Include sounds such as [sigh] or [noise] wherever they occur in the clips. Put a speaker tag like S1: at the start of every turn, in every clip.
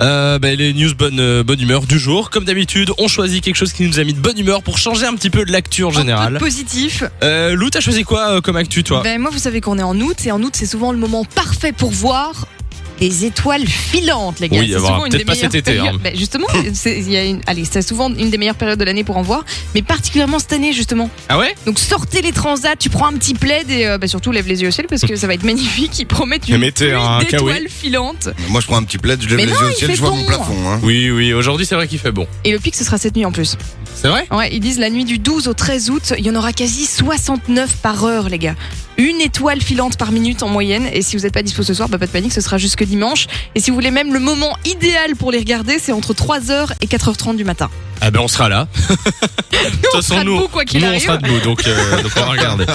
S1: Euh, bah, les news bonne, euh, bonne humeur du jour. Comme d'habitude, on choisit quelque chose qui nous a mis de bonne humeur pour changer un petit peu de l'actu en
S2: Un peu
S1: général.
S2: de positif.
S1: Euh, Lou, t'as choisi quoi euh, comme actu, toi
S2: Ben, moi, vous savez qu'on est en août et en août, c'est souvent le moment parfait pour voir des étoiles filantes, les gars.
S1: Oui,
S2: C'est
S1: alors,
S2: souvent une
S1: peut-être
S2: des
S1: pas cet
S2: meilleures
S1: été, hein.
S2: périodes. Ben, justement, c'est il y a une- allez, c'est souvent une des meilleures périodes de l'année pour en voir, mais particulièrement cette année, justement.
S1: Ah ouais
S2: Donc, sortez les transats, tu prends un petit plaid et euh, ben, surtout lève les yeux au ciel parce que ça va être [laughs] magnifique. Ils promettent
S1: Eh Mais
S2: une
S1: mettez
S2: pluie
S1: un
S2: d'étoiles filantes.
S3: Moi, je prends un petit plaid, je lève
S2: Mais
S3: les
S2: non,
S3: yeux au
S2: il
S3: ciel,
S2: fait
S3: je vois
S2: bon.
S3: mon plafond. Hein.
S1: Oui, oui, aujourd'hui c'est vrai qu'il fait bon.
S2: Et le pic, ce sera cette nuit en plus.
S1: C'est vrai
S2: Ouais, ils disent la nuit du 12 au 13 août, il y en aura quasi 69 par heure, les gars. Une étoile filante par minute en moyenne. Et si vous n'êtes pas dispo ce soir, bah, pas de panique, ce sera jusque dimanche. Et si vous voulez même le moment idéal pour les regarder, c'est entre 3h et 4h30 du matin.
S1: Ah ben on sera [laughs] là.
S2: Nous, on
S1: façon,
S2: sera
S1: nous-
S2: debout, quoi qu'il
S1: Nous on
S2: arrive.
S1: sera debout, donc,
S2: [laughs]
S1: euh, donc on va regarder.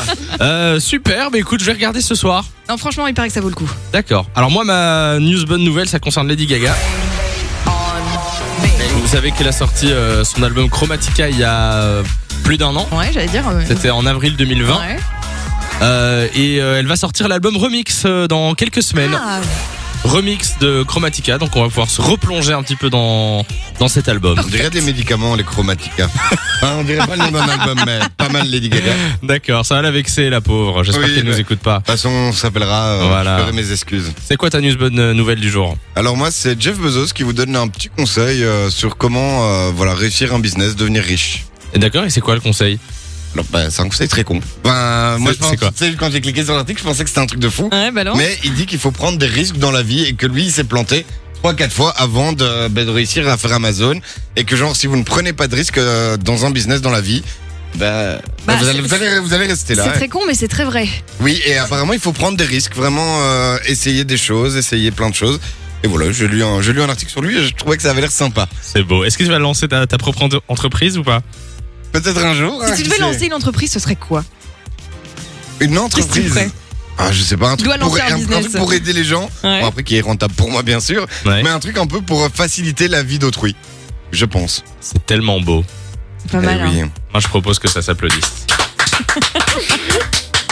S1: Euh, super, bah écoute, je vais regarder ce soir.
S2: Non, franchement, il paraît que ça vaut le coup.
S1: D'accord. Alors moi, ma news bonne nouvelle, ça concerne Lady Gaga. Vous savez qu'elle a sorti euh, son album Chromatica il y a euh, plus d'un an.
S2: Ouais, j'allais dire. euh,
S1: C'était en avril 2020.
S2: ouais.
S1: Euh, et euh, elle va sortir l'album Remix euh, dans quelques semaines.
S2: Ah,
S1: Remix de Chromatica. Donc on va pouvoir se replonger un petit peu dans, dans cet album.
S3: On dirait des médicaments, les chromatica. Hein, on dirait pas le bon album, mais pas mal Lady Gaga. De toute
S1: D'accord, ça va la vexer la pauvre. J'espère
S3: Oui,
S1: qu'elle nous
S3: ouais.
S1: écoute pas.
S3: façon, on s'appellera. euh,
S1: Voilà.
S3: Je ferai mes excuses.
S1: C'est quoi ta news bonne euh, nouvelle du jour
S3: Alors moi, c'est Jeff Bezos qui vous donne un petit conseil euh, sur comment euh, voilà réussir un business, devenir riche.
S1: Et D'accord, et c'est quoi le conseil
S3: Alors, bah, c'est un conseil très con. Ben, moi,
S1: C'est-
S3: je pense,
S1: c'est quoi
S3: tu sais, quand j'ai cliqué sur l'article, je pensais que c'était un truc de fou.
S2: ouais, bah alors.
S3: Mais il dit qu'il faut prendre des risques dans la vie et que lui, il s'est planté trois, quatre fois avant de, bah, de réussir à faire Amazon. Et que genre, si vous ne prenez pas de risques euh, dans un business, dans la vie, bah,
S2: Bah,
S3: vous, allez,
S2: c'est-
S3: vous, allez, vous allez rester
S2: C'est
S3: là. hein.
S2: très con, mais c'est très vrai.
S3: Oui, et apparemment, il faut prendre des risques, vraiment euh, essayer des choses, essayer plein de choses. Et voilà, j'ai lu, un- j'ai lu un article sur lui et je trouvais que ça avait l'air sympa.
S1: C'est beau. Est-ce que tu vas lancer ta, ta propre ente- entreprise ou pas
S3: Peut-être un jour. hein,
S2: si tu
S3: qui
S2: devais
S3: sait.
S2: lancer une entreprise, ce serait quoi
S3: une
S2: Qu'est-ce que tu ferais
S3: entreprise. Ah, je sais pas, un truc,
S2: Dois
S3: pour,
S2: lancer un
S3: un- un
S2: business.
S3: truc pour aider les gens.
S2: Ouais.
S3: Bon, après, qui est rentable pour moi, bien sûr.
S1: Ouais.
S3: Mais un truc un peu pour faciliter la vie d'autrui. Je pense.
S1: C'est tellement beau.
S2: C'est Pas
S3: Eh
S2: mal.
S3: oui.
S2: hein.
S1: Moi, je propose que ça [laughs] s'applaudisse.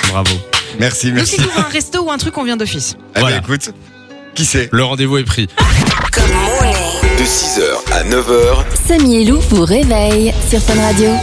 S1: Bravo.
S3: Merci,
S2: Nous,
S3: merci.
S2: hein. si tu ouvres un resto ou un truc, on vient d'office.
S3: Allez,
S1: Voilà.
S3: écoute, qui sait
S1: Le rendez-vous est pris.
S4: De 6h à 9h,
S5: Samy et Lou vous réveille sur Fun Radio.